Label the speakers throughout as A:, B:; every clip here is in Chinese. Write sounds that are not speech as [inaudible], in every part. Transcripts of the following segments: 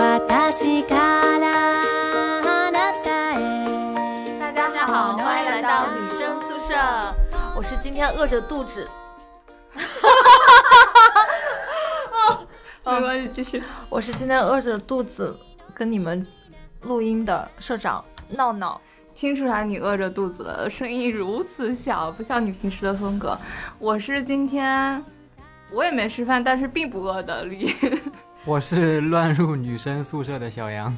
A: 私からあなたへ
B: 大家好，欢迎来到女生宿舍。我是今天饿着肚子，
C: 没关系，继续。
B: 我是今天饿着肚子跟你们录音的社长闹闹。
C: [laughs] 听出来你饿着肚子了，声音如此小，不像你平时的风格。我是今天我也没吃饭，但是并不饿的李。
D: 我是乱入女生宿舍的小杨，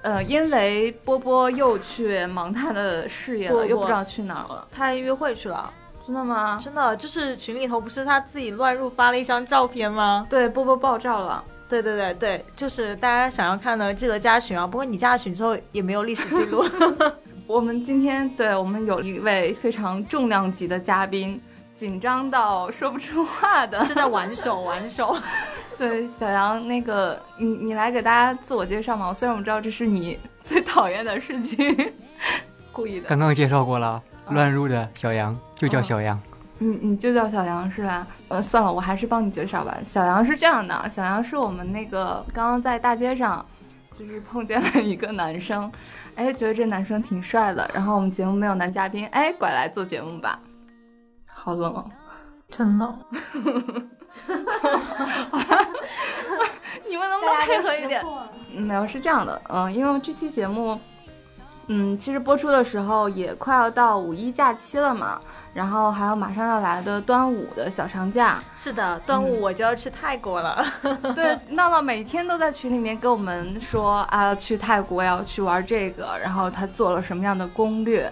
C: 呃，因为波波又去忙他的事业了，
B: 波波
C: 又不知道去哪儿了。
B: 他约会去了，
C: 真的吗？
B: 真的就是群里头不是他自己乱入发了一张照片吗？
C: 对，波波爆照了。
B: 对对对对，就是大家想要看的记得加群啊。不过你加了群之后也没有历史记 [laughs] 录，
C: 我们今天对我们有一位非常重量级的嘉宾，紧张到说不出话的。
B: 正在玩手玩手。
C: 对，小杨，那个你你来给大家自我介绍嘛？虽然我知道这是你 [laughs] 最讨厌的事情， [laughs] 故意的。
D: 刚刚介绍过了，啊
B: 啊
D: 乱入的小杨就叫小杨。
B: 嗯
C: 你嗯你就叫小杨是吧？呃，算了，我还是帮你介绍吧。小杨是这样的，小杨是我们那个刚刚在大街上，就是碰见了一个男生，哎，觉得这男生挺帅的，然后我们节目没有男嘉宾，哎，拐来做节目吧。好冷哦！
B: 真冷，
C: [laughs] 你们能不能配合一点？没有，是这样的，嗯，因为这期节目，嗯，其实播出的时候也快要到五一假期了嘛，然后还有马上要来的端午的小长假，
B: [laughs] [laughs] 是的，端午我就要去泰国了。
C: 对，闹闹每天都在群里面跟我们说啊，去泰国要去玩这个，然后他做了什么样的攻略，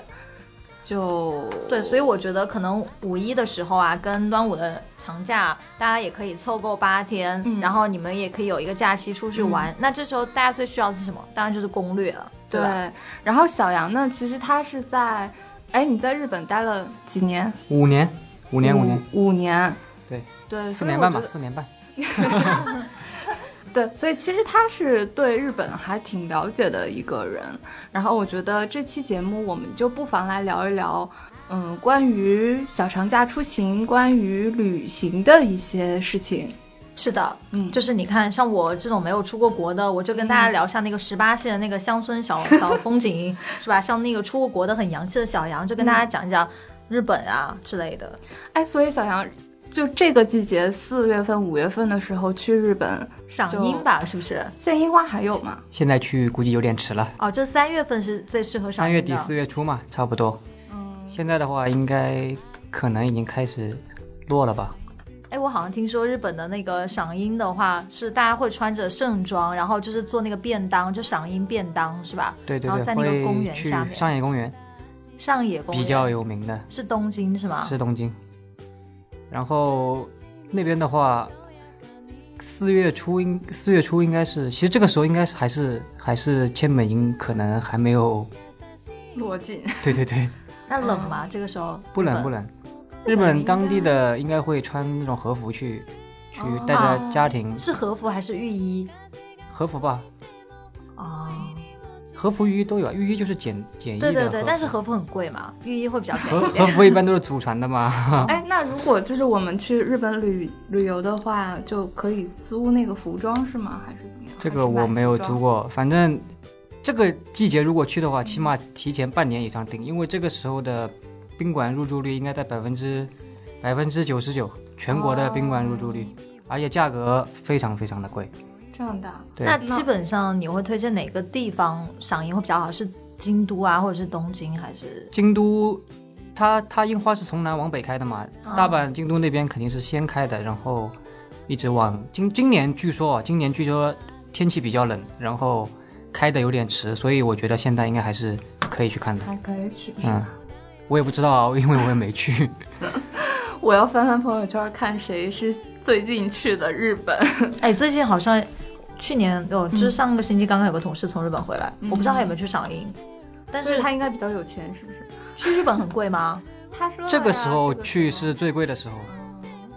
C: 就
B: 对，所以我觉得可能五一的时候啊，跟端午的长假，大家也可以凑够八天，
C: 嗯
B: 然后你们也可以有一个假期出去玩。那这时候大家最需要的是什么？当然就是攻略了，
C: 对
B: 吧？
C: 然后小杨呢，其实他是在，哎，你在日本待了几年？
D: 五年，五
C: 五
D: 年，五年，，
B: 嗯
C: 五年，
D: 对
B: 呃
C: 对，
D: 嗯四
C: 所以
D: 年
C: 我
D: 半
C: 觉
D: 吧，
C: 得
D: 四年半。
C: 对，所以其实他是对日本还挺了解的一个人。然后我觉得这期节目我们就不妨来聊一聊，嗯，关于小长假出行、关于旅行的一些事情。
B: 是的，
C: 嗯，
B: 就是你看，像我这种没有出过国的，我就跟大家聊一下那个十八线的那个乡村
C: [laughs]
B: 小小风景，是吧？像那个出过国的很洋气的小杨，就跟大
C: 嗯
B: 家讲一讲日本啊之类的。
C: 哎，所以小杨，就这个季节，四月份、五月份的时候去日本，
B: 赏
C: 就
B: 樱吧，是不是？
C: 现在樱花还有吗？
D: 现在去估计有点迟了，
B: 哦，这三月份是最适合赏
D: 三
B: 樱
D: 月
B: 的。嗯
D: 底四月初嘛，差不多。现在的话，应该可能已经开始落了吧？
B: 哎，我好像听说日本的那个赏樱的话，是大家会穿着盛装，然后就是做那个便当，就赏樱便当是吧？
D: 对对
B: 然后哦在
D: 对，
B: 那个公园
D: 会去
B: 下面
D: 上野公园，
B: 上野公园
D: 比较有名的
B: 是东京是吗？
D: 是东京。然后那边的话，四月初应四月初应该是，其实这个时候应该是还是还是千本樱可能还没有， [laughs]
C: 落尽。
D: 对对对，
B: 那冷吗？这个时候
D: 嗯不
B: 日
D: 冷
B: 本
D: 不冷，日本当地的应该会穿那种和服去，去
B: 哦
D: 带着家庭
B: 是和服还是浴衣？
D: 和服吧，
B: 哦，
D: 和服浴衣都有，浴衣就是简简易的
B: 对
D: 和服。
B: 对对，但是和服很贵嘛，浴衣会比较便宜。
D: 和和服一般都是祖传的嘛，
C: 哎，那如果就是我们去日本旅旅游的话，就可以租那个服装是吗？还是怎么样？
D: 这个我没有租过，反正这个季节如果去的话，起码提前半年以上订，因为这个时候的宾馆入住率应该在百分之百分之九十九，全国
C: 哦
D: 的宾馆入住率，而且价格非常非常的贵。
C: 这样的。
D: 对
B: 那基本上你会推荐哪个地方赏樱会比较好？是京都啊，或者是东京，还是
D: 京都，它它樱花是从南往北开的嘛，
C: 哦
D: 大阪、京都那边肯定是先开的，然后一直往今今年据说啊，今年据说天气比较冷，然后开的有点迟，所以我觉得现在应该还是可以去看的。
C: 还可以去。
D: 嗯，我也不知道啊，因为我也没
B: [laughs]
D: 去。
C: 我要翻翻朋友圈，看谁是最近去的日本。
B: 哎，最近好像去年有，就是上个星期刚刚有个同事从日本回来，我不知道他有没有去赏樱，但
C: 所
B: 是
C: 以
B: 他
C: 他应该比较有钱，是不是？
B: 去日本很贵吗？
C: 他说
D: 这个时候去是最贵的时候，啊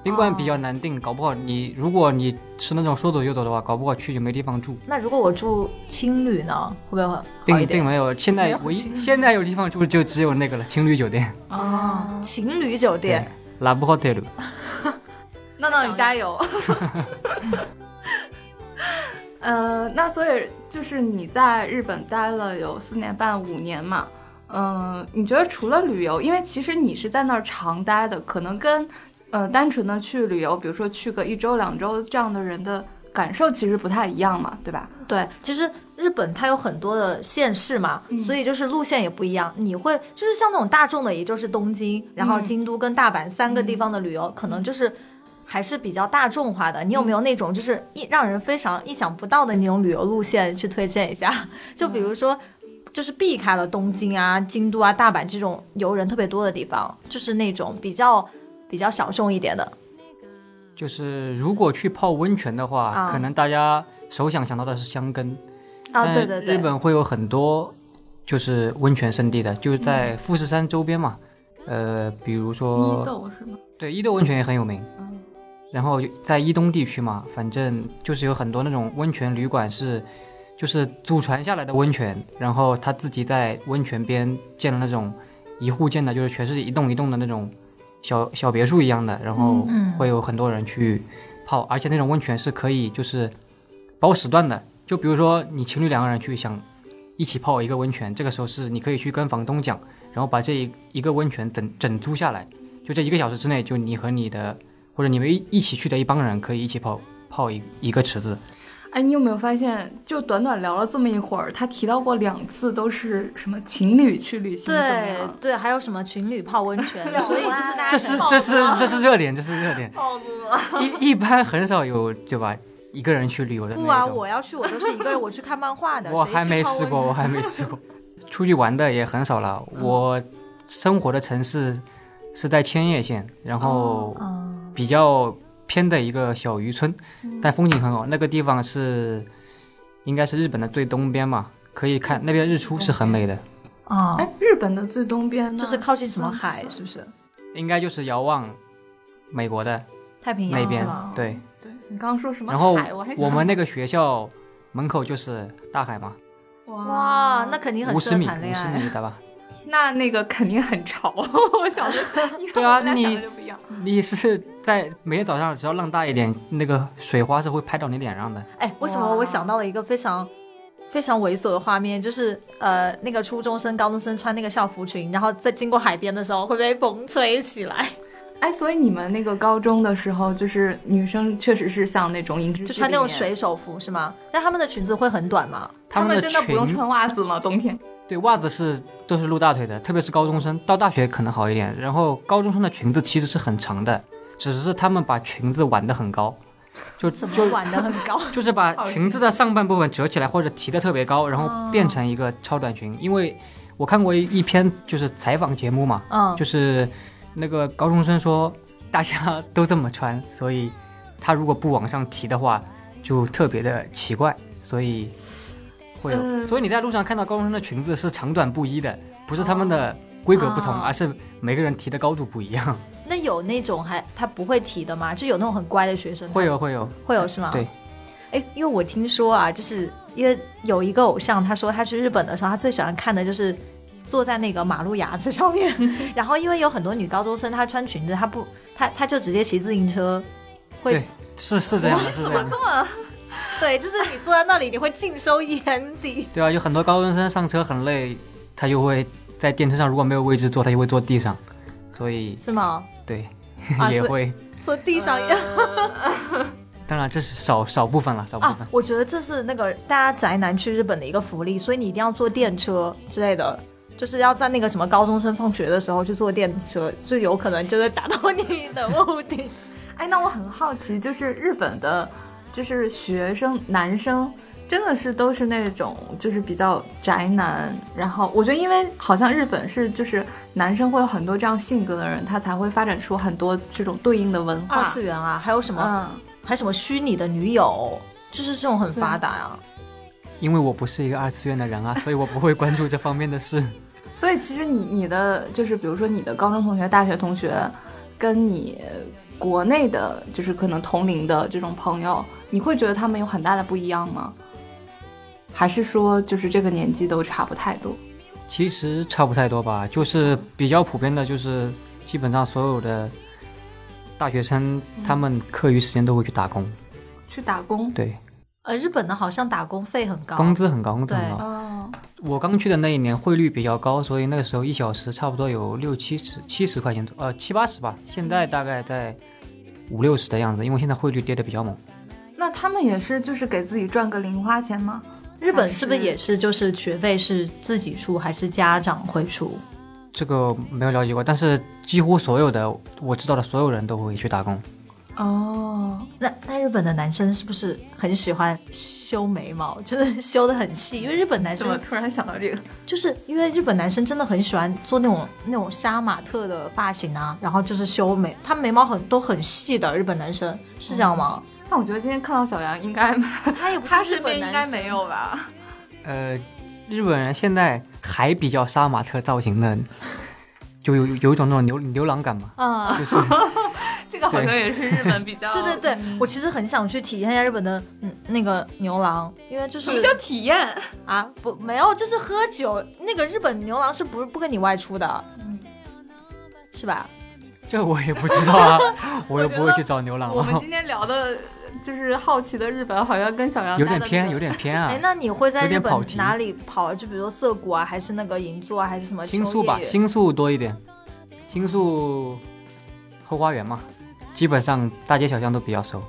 D: 宾馆比较难订，搞不好你如果你是那种说走就走的话，搞不好去就没地方住。
B: 那如果我住青旅呢，会不会好一
D: 并并
B: 点？
D: 没有，现在唯一现在有地方住就只有那个了，情侣酒店。 [laughs]
C: 哦。
B: 情侣酒店，
D: 拉布 hotel。
C: 闹闹，你加油！呃，那所以就是你在日本待了有四年半五年嘛，嗯、你觉得除了旅游，因为其实你是在那儿常待的，可能跟呃单纯的去旅游，比如说去个一周两周这样的人的感受其实不太一样嘛，对吧？
B: 对，其实日本它有很多的县市嘛，
D: 嗯
B: 所以就是路线也不一样。你会就是像那种大众的，也就是东京，然后
C: 嗯
B: 京都跟大阪三
D: 嗯
B: 个地方的旅游，可能就是还是比较大众化的。你有没
D: 嗯
B: 有那种就是一让人非常意想不到的那种旅游路线去推荐一下？就比
D: 嗯
B: 如说。就是避开了东京啊、京都啊、大阪这种游人特别多的地方，就是那种比较比较小众一点的。
D: 嗯就是如果去泡温泉的话，
B: 啊
D: 可能大家首想想到的是箱根
B: 啊，
D: 但
B: 对对对，
D: 日本会有很多就是温泉圣地的，就是在富士山周边嘛。呃，比如说
C: 伊豆是吗？
D: 对，伊豆温泉也很有名。
C: 嗯
D: 然后在伊东地区嘛，反正就是有很多那种温泉旅馆是，就是祖传下来的温泉，然后他自己在温泉边建了那种一户建的，就是全是一栋一栋的那种小小别墅一样的，然后
B: 嗯
D: 会有很多人去泡，而且那种温泉是可以就是包时段的，就比如说你情侣两个人去想一起泡一个温泉，这个时候是你可以去跟房东讲，然后把这一一个温泉整整租下来，就这一个小时之内，就你和你的或者你们一一起去的一帮人可以一起泡泡一一个池子。
C: 哎，你有没有发现，就短短聊了这么一会儿，他提到过两次都是什么情侣去旅行怎么
B: 对
C: 样？，
B: 对，还有什么群侣泡温泉
D: [laughs]
B: 所以就是大家
D: 啊这
B: 可
D: 是
B: 以泡
D: 这是这是热点，这是
B: [laughs]
D: 热点。
B: 泡沫。
D: 一一般很少有对吧？一个人去旅游的
B: 不
D: 那
B: 啊，
D: 种。
B: 我要去，我都是一个人，我去看漫画的。
D: [laughs] 我
B: 谁
D: 还
B: 去
D: 没
B: 泡
D: 试
B: 温
D: 过，
B: 泉嗯
D: 我还没
B: [laughs]
D: 试过。出去玩的也很少了。我生活的城市是在千叶县，然后
B: 嗯
D: 比较偏的一个小渔村，但风景很好。那个地方是应该是日本的最东边嘛，可以看那边日出是很美的，
B: 啊
C: 哎，日本的最东边呢
B: 就是靠近什么
C: 算
B: 海，
C: 算
B: 是不是？
D: 应该就是遥望美国的
B: 太平
D: 那
B: 洋是
D: 边
B: 吗？。
D: 对。
C: 对你刚刚说什么
D: 然后
C: 海？我还
D: 我们那个学校门口就是大海嘛，
B: 哇，那肯定
D: 五
B: 很适
D: 十
B: 合
D: 米，
B: 谈
D: 五
B: 恋
D: 十
B: 爱
D: 米。对吧？
C: 那那个肯定很潮。 [laughs] 我想
B: [laughs]
C: 的，你看
D: 对啊
C: 我们俩想
D: 你
C: 的就不一样。
D: 你是在每天早上只要浪大一点，那个水花是会拍到你脸上的。
B: 哎，为什么我想到了一个非常非常猥琐的画面，就是呃，那个初中生、高中生穿那个校服裙，然后在经过海边的时候会被风吹起来，
C: 哎，所以你们那个高中的时候，就是女生确实是像那种影视剧
B: 就穿那种
C: 里面，
B: 水手服是吗？但他们的裙子会很短吗？
C: 他
D: 们
C: 们
D: 的
C: 真的不
D: 裙
C: 用穿袜子吗？冬天？
D: 对袜子是都是露大腿的，特别是高中生，到大学可能好一点。然后高中生的裙子其实是很长的，只是他们把裙子挽得很高，就
B: 怎
D: 就
B: 么挽得很
D: [laughs]
B: 高？
D: 就是把裙子的上半部分折起来或者提得特别高，然
B: 哦
D: 后变成一个超短裙。因为我看过一篇就是采访节目嘛，
B: 嗯，
D: 就是那个高中生说大家都这么穿，所以他如果不往上提的话，就特别的奇怪，所以会有。
C: 嗯
D: 所以你在路上看到高中生的裙子是长短不一的，不是他们的规格不同，
B: 哦嗯
D: 而是每个人提的高度不一样。
B: 那有那种还他不会提的吗？就有那种很乖的学生，
D: 会有会有，
B: 会有是吗？
D: 对。
B: 哎，因为我听说啊，就是因为有一个偶像，他说他去日本的时候，他最喜欢看的就是坐在那个马路牙子上面，然后因为有很多女高中生，她穿裙子，她不，她她就直接骑自行车，会 [laughs]
D: 对是是这样的，是这样的。
B: 对就是你坐在那里，你会尽收眼底。
D: 对啊，有很多高中生上车很累，他就会在电车上如果没有位置坐，他就会坐地上，所以
B: 是吗？呃
D: 对、
B: 啊
D: [laughs] 也
B: 所以
D: 会。
B: 坐地上也、
D: 当然这是少少部分了，少部分。
B: 啊！我觉得这是那个大家宅男去日本的一个福利，所以你一定要坐电车之类的，就是要在那个什么高中生放学的时候去坐电车，就有可能就会达到你的目的。
C: 哎，那我很好奇，就是日本的，就是学生男生，真的是都是那种就是比较宅男。然后我觉得，因为好像日本是就是男生会有很多这样性格的人，他才会发展出很多这种对应的文化。
B: 二次元啊，还有什么、
C: 嗯，
B: 还有什么虚拟的女友，就是这种很发达啊。
D: 因为我不是一个二次元的人啊，所以我不会关注这方面的事。 [laughs]
C: 所以其实你你的就是比如说你的高中同学、大学同学，跟你国内的就是可能同龄的这种朋友，你会觉得他们有很大的不一样吗？还是说就是这个年纪都差不太多？
D: 其实差不太多吧，就是比较普遍的，就是基本上所有的
B: 嗯
D: 大学生，他们课余时间都会去打工。
C: 去打工，
D: 对，
B: 呃，日本的好像打工费很高，
D: 工资很高，工资很高。
C: 哦，
D: 我刚去的那一年汇率比较高，所以那个时候一小时差不多有六七十、七十块钱左，呃，七八十吧。现在大概在五六十的样子，因为现在汇率跌得比较猛。
C: 那他们也是就是给自己赚个零花钱吗？
B: 日本是不是
C: 还是
B: 也是就是学费是自己出还是家长会出？
D: 这个没有了解过，但是几乎所有的我知道的所有人都会去打工。
C: 哦，
B: 那那日本的男生是不是很喜欢修眉毛， [laughs] 就是修的很细？因为日本男
C: 怎么
B: 生
C: 突然想到这个？
B: 就是因为日本男生真的很喜欢做那种那种杀马特的发型啊，然后就是修眉，他眉毛很都很细的，日本男生是这样吗？
C: 但我觉得今天看到小杨应该，
B: 他也
C: [laughs] 嗯
B: 不
C: 他
B: 是日
C: 身
B: 本
C: 边应该
B: 男生，
C: 没有吧？
D: 呃，日本人现在还比较杀马特造型的，就有有一种那种牛牛郎感嘛，
B: 嗯。 [laughs]
D: 就是
C: [laughs] 这个好像也是日本比较，
B: 对对对，我其实很想去体验一下日本的嗯那个牛郎，因为就
C: 什么
B: 是
C: 叫体验？
B: 啊不没有，就是喝酒那个日本牛郎是不不跟你外出的，是吧？
D: 这我也不知道
B: [laughs]
D: 啊，我又不会去找牛郎
C: 我们
D: 啊，
C: 今天聊的，就是好奇的日本，好像跟小杨
D: 有点
C: 搭的
D: 偏，
C: 那
D: 有
C: 个
D: 点偏
B: 哎，
D: 啊。
B: 那你会在
D: 有
B: 日
D: 点
B: 本
D: 跑题
B: 哪里跑？就比如说涩谷啊，还是那个银座啊，还是什么
D: 新
B: 秋
D: 宿吧，
B: 叶原
D: 新宿多一点，新宿后花园嘛，基本上大街小巷都比较熟。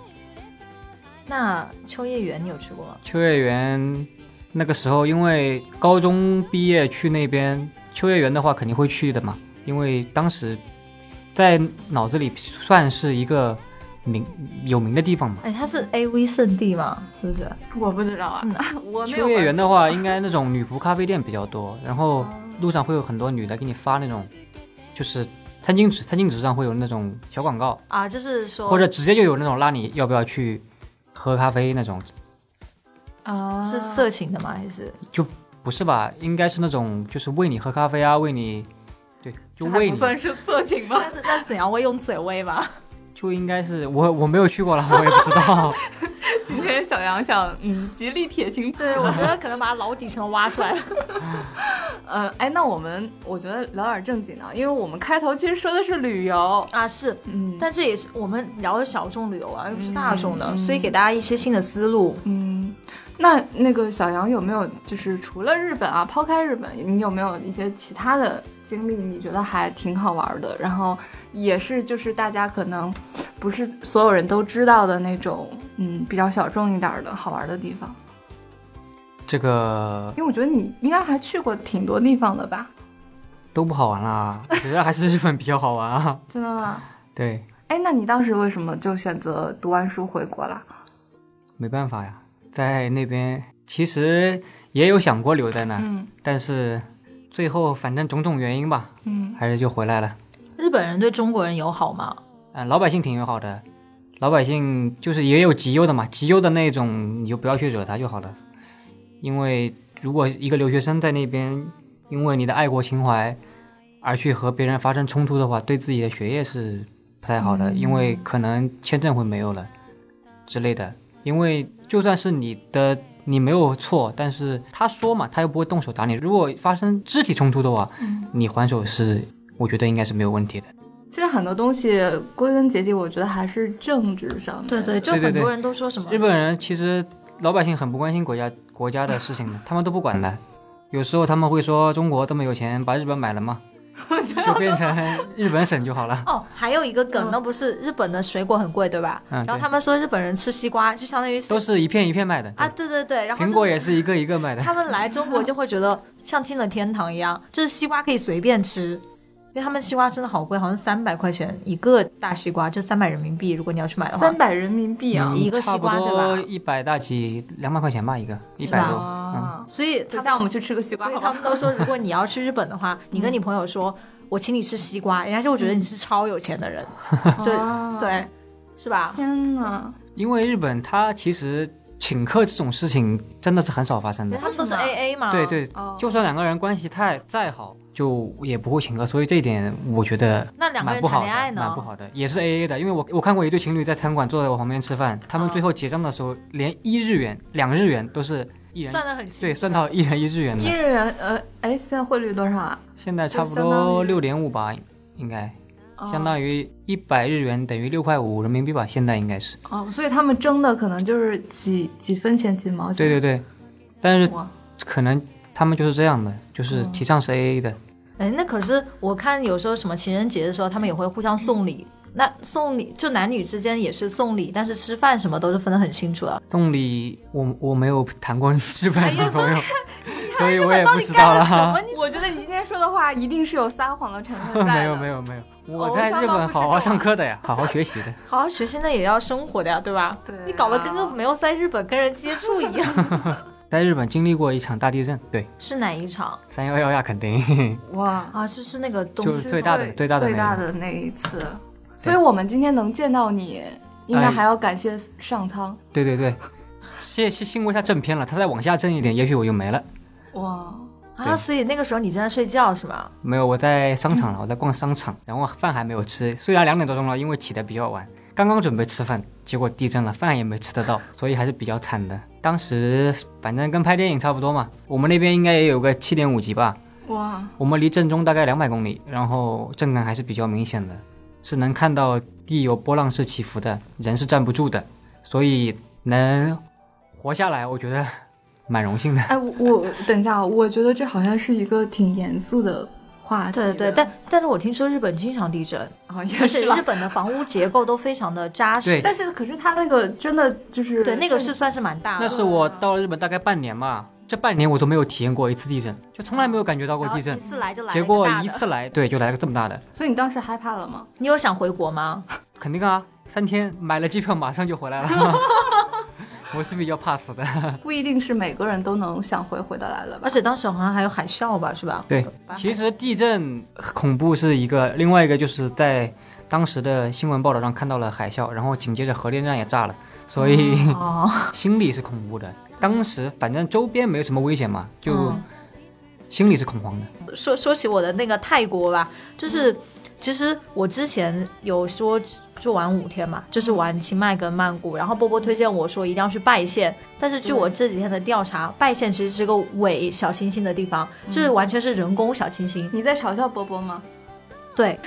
B: 那秋叶原你有去过吗？
D: 秋叶原那个时候，因为高中毕业去那边，秋叶原的话肯定会去的嘛，因为当时在脑子里算是一个名有名的地方嘛。
B: 哎，它是 A V 圣地嘛，是不是？
C: 我不知道啊
B: 是，
C: [laughs] 我没有哦
D: 秋叶原
C: [laughs]
D: 的话，应该那种女仆咖啡店比较多，然后路上会有很多女的给你发那种，就是餐巾纸，餐巾纸上会有那种小广告，
B: 啊，就是说，
D: 或者直接就有那种拉你要不要去喝咖啡那种，
C: 啊，
B: 是色情的吗？还是
D: 不是吧？应该是那种就是喂你喝咖啡啊，喂你，对，就
C: 这还
D: 喂
C: 不
D: 你。
C: 算是色情吗？
B: 那是那怎样？我用嘴喂吧。
C: [laughs]
D: 就应该是我我没有去过了， [laughs] 我也不知道。
C: 今天小杨想，嗯，极力撇清。
B: 对，我觉得可能把老底层挖出来。
C: 嗯，哎，那我们我觉得聊点正经的，因为我们开头其实说的是旅游，
B: [laughs] 啊，是，
C: 嗯，
B: 但这也是我们聊的小众旅游啊，又不是
C: 嗯
B: 大众的，
C: 嗯
B: 所以给大家一些新的思路。
C: 嗯，那那个小杨有没有就是除了日本啊，抛开日本，你有没有一些其他的经历？你觉得还挺好玩的，然后也是就是大家可能不是所有人都知道的那种，嗯，比较小众一点的好玩的地方。
D: 这个
C: 因为我觉得你应该还去过挺多地方的吧？
D: 都不好玩啦，我觉得还是日本比较好玩啊。
C: 真的吗？
D: 对，
C: 哎，那你当时为什么就选择读完书回国了？
D: 没办法呀，在那边其实也有想过留在那，
C: 嗯
D: 但是最后反正种种原因吧，
C: 嗯，
D: 还是就回来了。
B: 日本人对中国人友好吗？
D: 嗯，老百姓挺友好的，老百姓就是也有极右的嘛，极右的那种你就不要去惹他就好了，因为如果一个留学生在那边因为你的爱国情怀而去和别人发生冲突的话，对自己的学业是不太好的，因为可能签证会没有了之类的。因为就算是你的你没有错，但是他说嘛，他又不会动手打你。如果发生肢体冲突的话，你还手是我觉得应该是没有问题的。
C: 其实很多东西归根结底，我觉得还是政治上面。
B: 对对，就
D: 对对
B: 很多
D: 对
B: 人都说什么
D: 日本人其实老百姓很不关心国家国家的事情的，他们都不管的。有时候他们会说中国这么有钱，把日本买
B: [laughs]
D: 了嘛，就变成日本省就好了。
B: 哦，还有一个梗，那不是日本的水果很贵，对吧？
D: 嗯对
B: 然后他们说日本人吃西瓜就相当于是
D: 都是一片一片卖的
B: 啊，，对对对，然后
D: 苹
B: 就
D: 果
B: 是
D: 也是一个一个卖的
B: 他。们来中国就会觉得像进了天堂一样，就是西瓜可以随便吃，因为他们西瓜真的好贵，好像三百块钱一个大西瓜，就三百人民币，如果你要去买的话
C: 三。百人民币啊
D: 嗯，
B: 一个西
D: 差不
B: 瓜对吧
D: 多一百大几，两百块钱吧一个，一
B: 是
D: 百
B: 吧
D: 多。嗯，
C: 啊，
B: 所以
C: 等
B: 他
C: 一下
B: 们，
C: 我们去吃个西瓜
B: 所以
C: 好
B: 他
C: 吧？
B: 们都说，如果你要去日本
C: [laughs]
B: 的话，你跟你朋友说，我请你吃西瓜，人家就会觉得你
C: 嗯
B: 是超有钱
C: [laughs]
B: 的人，就
C: 啊，
B: 对，是吧？
C: 天哪，
D: 因为日本它其实请客这种事情真的是很少发生
B: 因
D: 的
B: 为。他们都是
C: 为什么
B: A A 嘛，
D: 对对，
C: 哦
D: 就算两个人关系太再好，就也不会请客，所以这一点我觉得
B: 那两个人
D: 蛮不好
B: 谈恋爱
D: 的，
B: 呢
D: 蛮不好的，也是 A A 的。因为我我看过一对情侣在餐馆坐在我旁边吃饭，他们
B: 嗯
D: 最后结账的时候连一日元、两日元都是一人
B: 算的很清
D: 对
B: 楚
D: 算到一人一日元
C: 一
D: 的，
C: 日元，呃，哎，现在汇率多少啊？
D: 现在差不
C: 就相当
D: 多
C: 于
D: 六点五吧，应该
B: 哦
D: 相当于一百日元等于六块五人民币吧，现在应该是。
C: 哦，所以他们争的可能就是几几分钱、几毛钱。
D: 对对对，但是
C: 哇，
D: 可能他们就是这样的，就是
B: 嗯
D: 提倡是 AA 的。
B: 哎，那可是我看有时候什么情人节的时候，他们也会互相送礼。那送礼就男女之间也是送礼，但是吃饭什么都是分得很清楚的。
D: 送礼，我我没有谈过 [laughs] 日
B: 哎
D: 本男朋友，所以我
B: 那
D: 也
B: 到
D: 不
B: 底
D: 知
B: 干
D: 道
B: 了
D: 了
B: 什么
D: 哈。
B: 你
C: 我觉得你今天说的话一定是有撒谎的成分在的。
D: [laughs] 没有没有没有，我
C: 哦
D: 在
C: 他
D: 日
C: 们
D: 本
C: 不
D: 好
C: 是
D: 好
C: 这
D: 上
C: 样
D: 课的呀， [laughs] 好好学习的。
B: 好好学习，那也要生活的呀，对吧？
C: 对啊
B: 你搞得跟个没有在日本跟人接触一样。 [laughs]
D: 在日本经历过一场大地震，对，
B: 是哪一场
D: 三幺幺呀，肯定 [laughs]
C: 哇，
B: 啊？是是那个东
D: 就是最大的
C: 最
D: 最大的
C: 最
D: 那
C: 大
D: 个
C: 的那一次。所以我们今天能见到你，应
D: 哎
C: 该还要感谢上苍。
D: 对对对，谢谢幸亏他正偏了，他再往下正一点，也许我就没了。
C: 哇，
B: 啊，所以那个时候你正在睡觉是吗？
D: 没有，我在商场了，
C: 嗯
D: 我在逛商场，然后饭还没有吃，虽然两点多钟了，因为起得比较晚，刚刚准备吃饭，结果地震了，饭也没吃得到，所以还是比较惨的。当时反正跟拍电影差不多嘛，我们那边应该也有个七点五级吧，
C: 哇，
D: 我们离震中大概两百公里，然后震感还是比较明显的，是能看到地有波浪式起伏的，人是站不住的，所以能活下来，我觉得蛮荣 [laughs] 幸的。
C: 哎，我我等一下，我觉得这好像是一个挺严肃的话题
B: 对
C: 的。
B: 对对，但但是我听说日本经常地 [laughs] 震，
C: 啊也
B: 而且
C: 是吧
B: 日。本的房屋结构都非常的扎实。
D: 对
C: 但是可是他那个真的就是
B: 对，那个是算是蛮大的。
D: 那是我到了日本大概半年吧，这半年我都没有体验过一次地震，就从来没有感觉到过
B: 然后
D: 地震
B: 一。次来就来了
D: 结
B: 个大
D: 果
B: 的
D: 一次来，对，就来了个这么大的，
C: 所以你当时害怕了吗？
B: 你有想回国吗？
D: 肯定啊，三天买了机票马上就回来了。 [laughs] 我是比较怕死的，
C: 不一定是每个人都能想回回得来的吧
B: 而。且当时好像还有海啸吧，是吧？
D: 对，其实地震恐怖是一个，另外一个就是在当时的新闻报道上看到了海啸，然后紧接着核电站也炸了，所以、
B: 哦，
D: [laughs] 心里是恐怖的。当时反正周边没有什么危险嘛，就、
B: 嗯
D: 心里是恐慌的。
B: 说说起我的那个泰国吧，就是其实我之前有说就玩五天嘛，就是玩清迈跟曼谷，然后波波推荐我说一定要去拜县，但是据我这几天的调查，拜县其实是个伪小清新的地方，就是完全是人工小清新。
C: 你在嘲笑波波吗？
B: 对，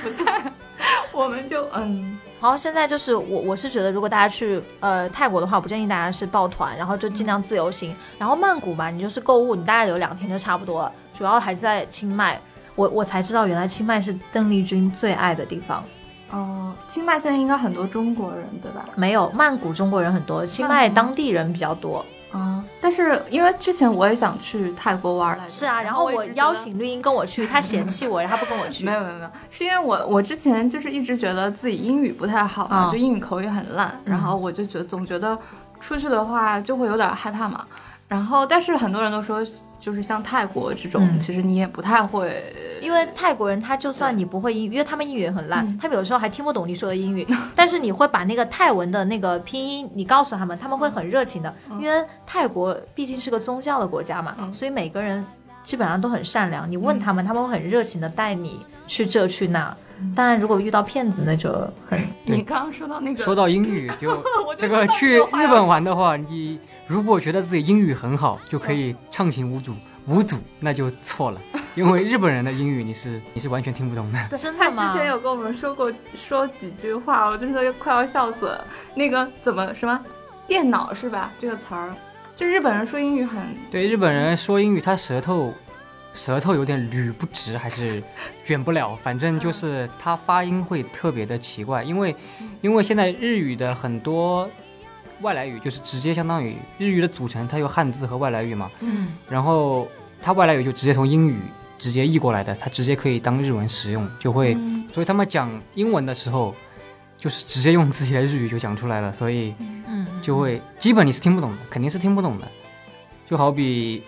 C: 我们就嗯，
B: 然后现在就是我我是觉得，如果大家去呃泰国的话，我不建议大家是抱团，然后就尽量自由行。然后曼谷嘛，你就是购物，你大概有两天就差不多了，主要还是在清迈。我我才知道，原来清迈是邓丽君最爱的地方。
C: 哦，清迈现在应该很多中国人对吧？
B: 没有，曼谷中国人很多，清迈当地人比较多。
C: 啊、但是因为之前我也想去泰国玩来着，
B: 是啊，然后
C: 一直
B: 我
C: 觉得
B: 邀。请绿茵跟我去，她嫌弃我，然后她不跟我去 [laughs]
C: 没。有没有没有，是因为我我之前就是一直觉得自己英语不太好嘛，
D: 嗯
B: 啊
C: 就英语口语很烂，然后我就觉得总觉得出去的话就会有点害怕嘛。然后但是很多人都说，就是像泰国这种，
B: 嗯
C: 其实你也不太会
B: 因为泰国人他就算你不会英语，因为他们英语也很烂，他们有时候还听不懂你说的英 [laughs] 语，但是你会把那个泰文的那个拼音你告诉他们，他们会很热情的，因为泰国毕竟是个宗教的国家嘛，
C: 嗯
B: 所以每个人基本上都很善良，你问他们，他们会很热情的带你去这去那。当然，如果遇到骗子，那就很
D: 对
C: 你刚刚说到那个，
D: 说到英语，就这个去日本玩的话，你如果觉得自己英语很好，就可以畅行无阻，无阻那就错了，因为日本人的英语你是你是完全听不懂的。
B: 真
C: 他
B: 的
C: 之
B: 吗？
C: 前有跟我们说过说几句话，我真的快要笑死了。那个怎么什么电脑是吧？这个词儿，就日本人说英语很
D: 对日本人说英语，他舌头舌头有点捋不直，还是卷不了，反正
B: 嗯
D: 就是他发音会特别的奇怪，因为因为现在日语的很多外来语就是直接相当于日语的组成，它有汉字和外来语嘛，
B: 嗯，
D: 然后它外来语就直接从英语直接译过来的，它直接可以当日文使用，就会，
B: 嗯
D: 所以他们讲英文的时候，就是直接用自己的日语就讲出来了，所以
B: 嗯，
D: 就会基本你是听不懂的，肯定是听不懂的，就好比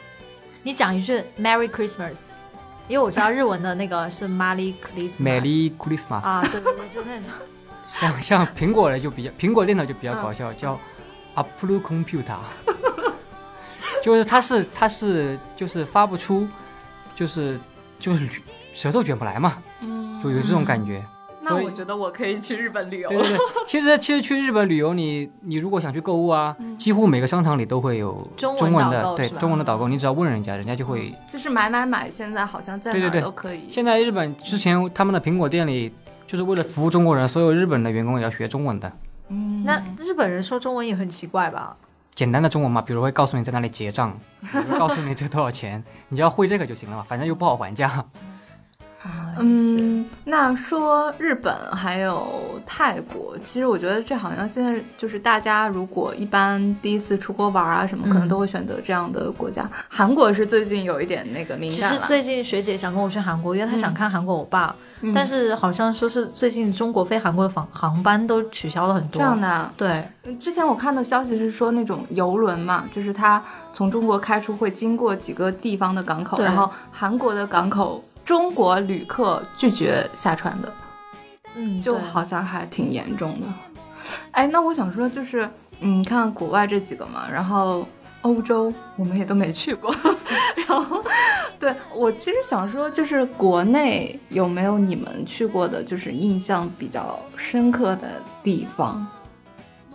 B: 你讲一句 “Merry Christmas”，因为我知道日文的那个是 “Merry Christmas”。
D: Merry Christmas，、
B: 啊，对对对，就那种。
D: 像 [laughs] 像苹果的就比较，苹果电脑就比较
B: 嗯
D: 搞笑，叫 Apple Computer，就是它是它是就是发不出，就是就是捋舌头卷不来嘛，
C: 嗯
D: 就有这种感觉。
C: 那
D: 所以
C: 我觉得我可以去日本旅游
D: 对
C: 了。
D: 对对，其实其实去日本旅游你，你如果想去购物啊，几乎每个商场里都会有
B: 嗯中文
D: 中文的
B: 导购
D: 对
B: 是吧嗯
D: 中文的导购，你只要问人家，人家就
C: 嗯
D: 会。
C: 就是买买买，现在好像在
D: 对
C: 哪
D: 对
C: 儿
D: 对
C: 都可以。
D: 现在日本之前他们的苹果店里就是为了服务中国人，所有日本的员工也要学中文的，
C: 嗯，
B: 那日本人说中文也很奇怪吧？
D: 简单的中文嘛，比如会告诉你在哪里结
C: [laughs]
D: 账，比如告诉你这多少钱，你只要会这个就行了嘛，反正又不好还价。
B: 啊，
C: 嗯，那说日本还有泰国，其实我觉得这好像现在就是大家如果一般第一次出国玩啊什么，
B: 嗯
C: 可能都会选择这样的国家。韩国是最近有一点那个敏
B: 其实
C: 感了，
B: 最近学姐想跟我去韩国，因为她想看韩国欧巴，
C: 嗯
B: 但是好像说是最近中国飞韩国的航航班都取消了很
C: 这
B: 多。
C: 样的啊。
B: 对，
C: 之前我看到消息是说，那种游轮嘛，就是它从中国开出会经过几个地方的港口，
B: 对
C: 然后韩国的港口中国旅客拒绝下船的，
B: 嗯，
C: 就好像还挺严重的。哎，那我想说就是，嗯，看国外这几个嘛，然后欧洲我们也都没去过， [laughs] 然后对我其实想说，就是国内有没有你们去过的，就是印象比较深刻的地方？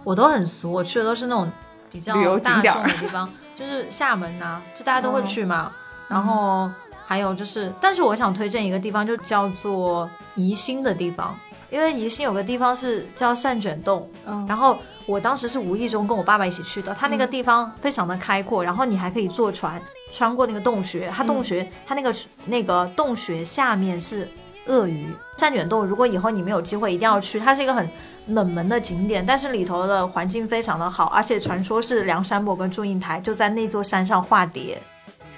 B: 我都很俗，我去的都是那种比较
C: 旅游景
B: 大
C: 点
B: 众
C: 儿
B: 的地方， [laughs] 就是厦门呐、就大家都会去嘛。
C: 哦
B: 然后还有就是，但是我想推荐一个地方，就叫做宜兴的地方，因为宜兴有个地方是叫善卷洞，
C: 嗯
B: 然后我当时是无意中跟我爸爸一起去的，他那个地方非常的开阔，然后你还可以坐船穿过那个洞穴，
C: 嗯
B: 它洞穴、它那个那个洞穴下面是鳄鱼善卷洞，如果以后你们有机会一定要去，它是一个很冷门的景点，但是里头的环境非常的好，而且传说是梁山伯跟祝英台就在那座山上化蝶。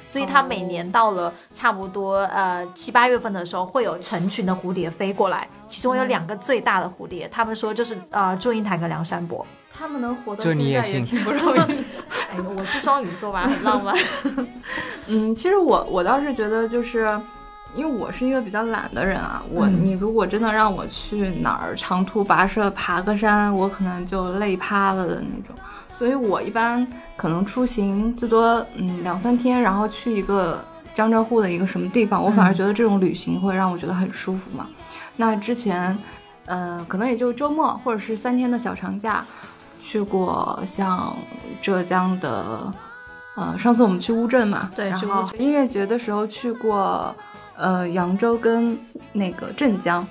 B: 所以它每年到了差不多呃七八月份的时候，会有成群的蝴蝶飞过来，其中有两个最大的蝴蝶，他们说就是呃祝英台跟梁山伯。
C: 他们能活到
D: 这
C: 现在
D: 你
C: 也
D: 也信
C: 挺不容易。
B: 哎，我是双鱼座吧，很浪 [laughs] 漫。
C: 嗯，其实我我倒是觉得，就是因为我是一个比较懒的人啊，我、
B: 嗯
C: 你如果真的让我去哪儿长途跋涉爬个山，我可能就累趴了的那种。所以我一般可能出行最多嗯两三天，然后去一个江浙沪的一个什么地方，我
B: 嗯
C: 反而觉得这种旅行会让我觉得很舒服嘛。那之前，呃，可能也就周末或者是三天的小长假，去过像浙江的，呃，上次我们去乌镇嘛，
B: 对
C: 然
B: 去乌
C: 后音乐节的时候去过，呃，扬州跟那个镇江，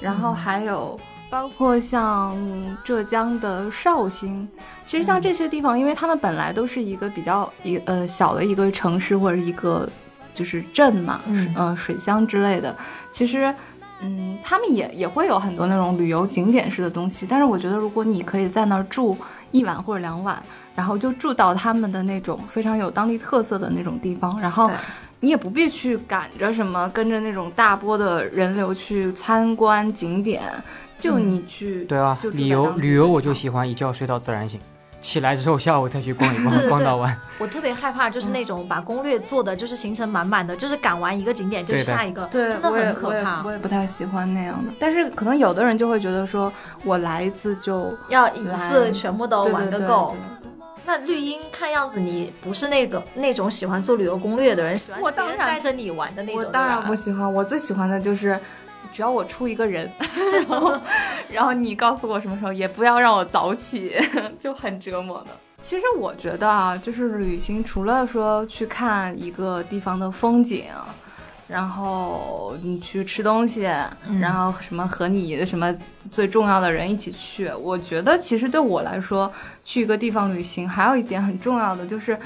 C: 然后还有包括像浙江的绍兴，其实像这些地方，因为他们本来都是一个比较一呃小的一个城市或者一个就是镇嘛，
B: 嗯
C: 水呃水乡之类的，其实。嗯，他们也也会有很多那种旅游景点式的东西，但是我觉得如果你可以在那儿住一晚或者两晚，然后就住到他们的那种非常有当地特色的那种地方，然后
B: 对
C: 你也不必去赶着什么跟着那种大波的人流去参观景点，就
B: 嗯
C: 你去、
D: 对啊，
C: 就住在
D: 旅游
C: 当地
D: 旅游我就喜欢一觉睡到自然醒，起来之后下午再去逛一
C: [laughs]
B: 对对
D: 逛，
B: 对
D: 逛到晚。
B: 我特别害怕就是那种把攻略做的就是行程满满的，就是赶完一个景点就去
D: 对的
B: 下一个，
C: 对，
B: 真的
C: 我也
B: 很可
C: 我
B: 怕
C: 也。我也不太喜欢那样的，但是可能有的人就会觉得说，我来一次就
B: 要一次
C: 来
B: 全部都玩个够。那绿茵看样子你不是那个那种喜欢做旅游攻略的人，喜欢
C: 我
B: 是别人
C: 当然
B: 带着你玩的那种。
C: 我当然
B: 对吧
C: 不喜欢，我最喜欢的就是，只要我出一个人，然后 [laughs] 然后你告诉我什么时候，也不要让我早起， [laughs] 就很折磨的。其实我觉得啊，就是旅行除了说去看一个地方的风景，然后你去吃东西，
B: 嗯
C: 然后什么和你什么最重要的人一起去，我觉得其实对我来说，去一个地方旅行还有一点很重要的就是，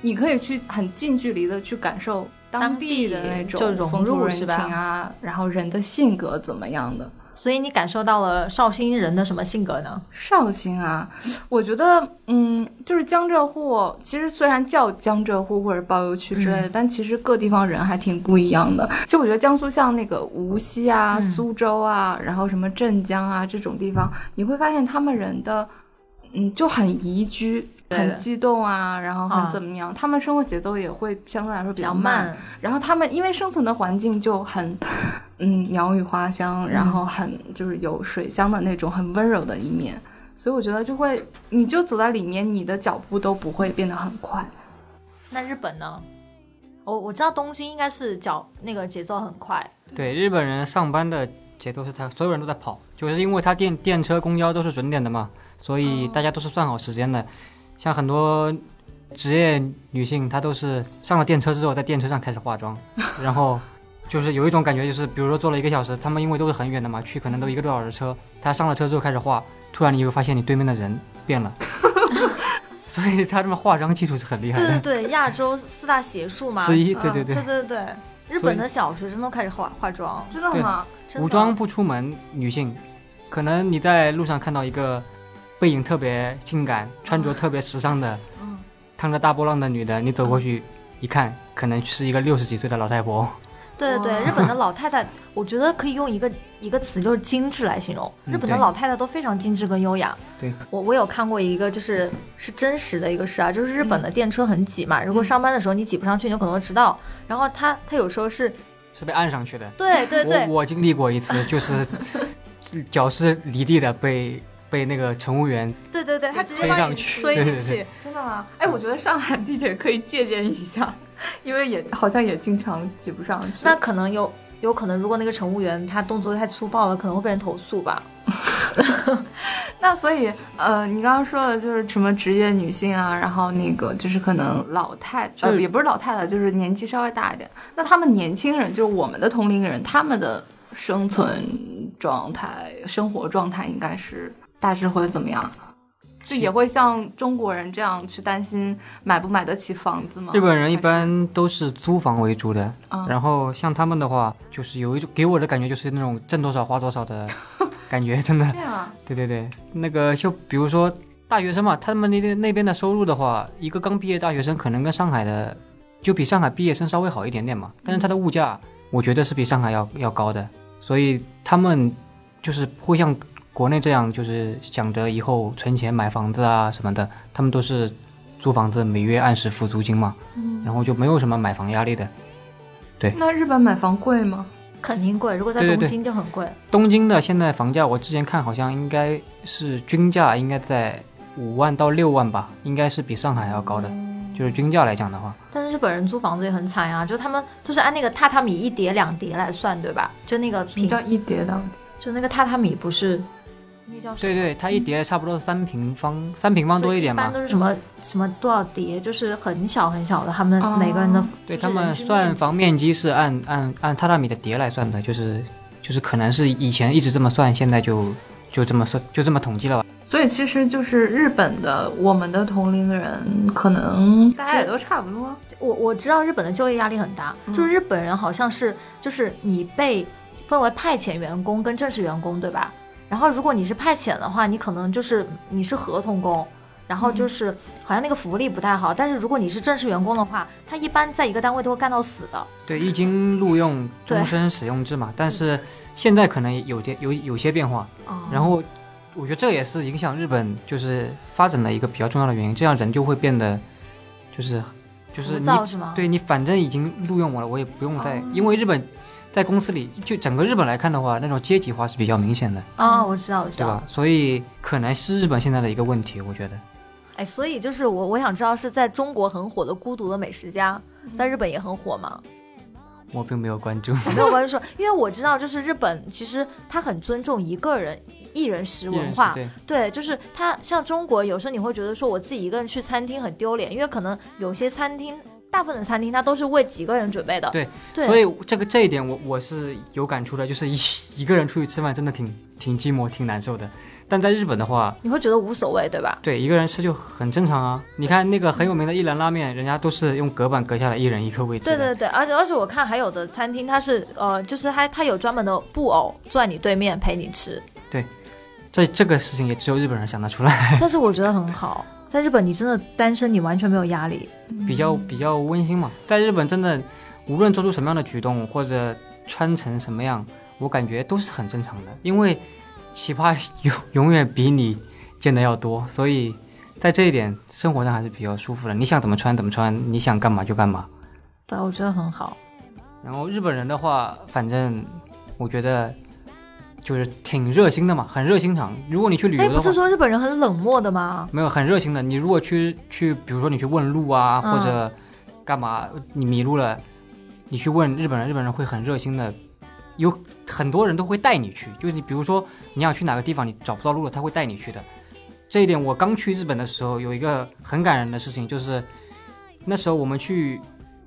C: 你可以去很近距离的去感受当地的那种
B: 当地就融入
C: 风土人
B: 是
C: 情
B: 吧
C: 啊，然后人的性格怎么样的。
B: 所以你感受到了绍兴人的什么性格呢？
C: 绍兴啊，我觉得，嗯，就是江浙沪，其实虽然叫江浙沪或者包邮区之类的，
B: 嗯
C: 但其实各地方人还挺不一样的。就我觉得江苏像那个无锡啊、
B: 嗯
C: 苏州啊，然后什么镇江啊这种地方，你会发现他们人的，嗯，就很宜居。
B: 对的
C: 很激动啊，然后
B: 啊
C: 很怎么样？他们生活节奏也会相对来说比
B: 比较
C: 较
B: 慢，
C: 然后他们因为生存的环境就很， [laughs] 嗯，鸟语花香，然后很就是有水乡的那种很温柔的一面，所以我觉得就会，你就走在里面，你的脚步都不会变得很快。
B: 那日本呢？我我知道东京应该是脚那个节奏很快，
D: 对，日本人上班的节奏是他所有人都在跑，就是因为他电电车、公交都是准点的嘛，所以大家都是算好时间的。像很多 [laughs] 职业女性，她都是上了电车之后，在电车上开始化妆，然后就是有一种感觉，就是比如说坐了一个小时，他们因为都是很远的嘛，去可能都一个多小时车，他上了车之后开始画，突然你会发现你对面的人变 [laughs] 了，所以他这么画张技术是很厉害
B: 对对
D: 的
B: 对，亚洲四大邪术嘛，
D: 之一，
C: 嗯
D: 对对对
B: 对，对对，日本的小学生都开始化化妆，
C: 真的
D: 对
C: 吗？
B: 真的
D: 无妆不出门，女性，可能你在路上看到一个背影特别性感、穿着特别时尚的
C: 嗯，
D: 烫着大波浪的女的，你走过去一看，可能是一个六十几岁的老太婆。
B: 对对
C: 哇
B: 对，日本的老太 [laughs] 太，我觉得可以用一个一个词就是精致来形容，
D: 嗯
B: 日本的
D: 对
B: 老太太都非常精致跟优雅。
D: 对，
B: 我我有看过一个就是是真实的一个事啊，就是日本的电车很挤
D: 嗯
B: 嘛，如果上班的时候你挤不上去，你有可能会迟到。然后她她有时候是
D: [laughs] 是被按上去的。
B: 对对对
D: 我我经历过一次，就是 [laughs] 脚是离地的，被被那个乘务员
B: 对对对，她直接
D: 推
B: 把
D: 上
B: 你
D: 去
B: 推
D: 对
B: 进
D: 对
B: 去
D: 对。
C: 真的吗？哎，我觉得上海地铁可以借鉴一下，因为也好像也经常挤不上去。
B: 那可能有有可能，如果那个乘务员他动作太粗暴了，可能会被人投诉吧。
C: [laughs] 那所以，呃，你刚刚说的就是什么职业女性啊，然后那个就是可能老太，
D: 就
C: 呃，
D: 是
C: 也不是老太太，就是年纪稍微大一点。那他们年轻人，就是我们的同龄人，他们的生存状态、生活状态应该是大致会怎么样？啊就也会像中国人这样去担心买不买得起房子吗？
D: 日本人一
C: 还是
D: 般都是租房为主的，
C: 嗯
D: 然后像他们的话，就是有一种给我的感觉就是那种挣多少花多少的感觉，真的。
C: 这样啊，
D: 对对对，那个就比如说大学生嘛，他们那边那边的收入的话，一个刚毕业大学生可能跟上海的就比上海毕业生稍微好一点点嘛，但是他的物价我觉得是比上海要要高的，所以他们就是会像国内这样，就是想着以后存钱买房子啊什么的，他们都是租房子每月按时付租金嘛，然后就没有什么买房压力的。
C: 那日本买房贵吗？
B: 肯定贵，如果在
D: 对对
B: 东
D: 对
B: 京就很贵。
D: 东京的现在房价，我之前看好像应该是均价应该在五万到六万吧，应该是比上海要高的，就是均价来讲的话，
B: 但是日本人租房子也很惨呀、就他们就是按那个榻榻米一叠两叠来算，对吧？就那个
C: 你
B: 平，
C: 叫一叠两叠？
B: 就那个榻榻米不是，那叫什么
D: 对对，它一叠差不多是三平方，三平方多一点嗯
B: 所以一
D: 嘛
B: 般，都是什么什么多少叠，就是很小很小的，他们每个人的、
C: 哦
D: 对
B: 就是
D: 他
B: 人均
D: 们
B: 面
D: 算
B: 积
D: 房面积是按按按榻榻米的叠来算的，就是就是可能是以前一直这么算，现在就就这么算就这么统计了吧。
C: 所以其实就是日本的我们的同龄人，可能大
B: 其
C: 家
B: 实
C: 也都差不多。
B: 我我知道日本的就业压力很大，
D: 嗯
B: 就是日本人好像是就是你被分为派遣员工跟正式员工，对吧？然后如果你是派遣的话，你可能就是你是合同工，然
D: 嗯
B: 后就是好像那个福利不太好。但是如果你是正式员工的话，他一般在一个单位都会干到死的。
D: 对，一经录用
B: 对
D: 终身使用制嘛，但是现在可能有些有有些变化，
B: 哦
D: 然后我觉得这也是影响日本就是发展的一个比较重要的原因，这样人就会变得就是就是
B: 浮
D: 你
B: 躁是哦吗？
D: 对你反正已经录用我了，我也不用再、因为日本在公司里就整个日本来看的话，那种阶级化是比较明显的，
B: 啊、我知道，我知
D: 对
B: 道
D: 吧。？所以可能是日本现在的一个问题，我觉得。
B: 哎，所以就是我我想知道是在中国很火的《孤独的美食家》，在日本也很火吗？
D: 我并没有关注，
B: 没有关系说，因为我知道，就是日本其实他很尊重一个人一人食文
D: [laughs]
B: 化，
D: 对
B: 对，就是他像中国，有时候你会觉得说我自己一个人去餐厅很丢脸，因为可能有些餐厅，大部分的餐厅它都是为几个人准备的，
D: 对
B: 对，
D: 所以这个这一点我我是有感触的，就是一一个人出去吃饭真的挺挺寂寞、挺难受的。但在日本的话，
B: 你会觉得无所谓，对吧？
D: 对，一个人吃就很正常啊。你看那个很有名的一兰拉面，人家都是用隔板隔下来，一人一个位置
B: 对
D: 的。
B: 对对，而且而且我看还有的餐厅它是呃，就是它它有专门的布偶坐在你对面陪你吃，
D: 这这个事情也只有日本人想得出来， [laughs]
B: 但是我觉得很好，在日本你真的单身你完全没有压力，
D: 比较比较温馨嘛。在日本真的，无论做出什么样的举动或者穿成什么样，我感觉都是很正常的，因为奇葩永永远比你见的要多，所以在这一点生活上还是比较舒服的。你想怎么穿怎么穿，你想干嘛就干嘛。
B: 对，我觉得很好。
D: 然后日本人的话，反正我觉得就是挺热心的嘛，很热心肠。如果你去旅
B: 哎，
D: 游
B: 不
D: 的话
B: 是，说日本人很冷漠的吗？
D: 没有很热心的。你如果去去，比如说你去问路啊，
B: 嗯
D: 或者干嘛，你迷路了，你去问日本人，日本人会很热心的。有很多人都会带你去，就是你比如说你想去哪个地方，你找不到路了，他会带你去的。这一点我刚去日本的时候有一个很感人的事情，就是那时候我们去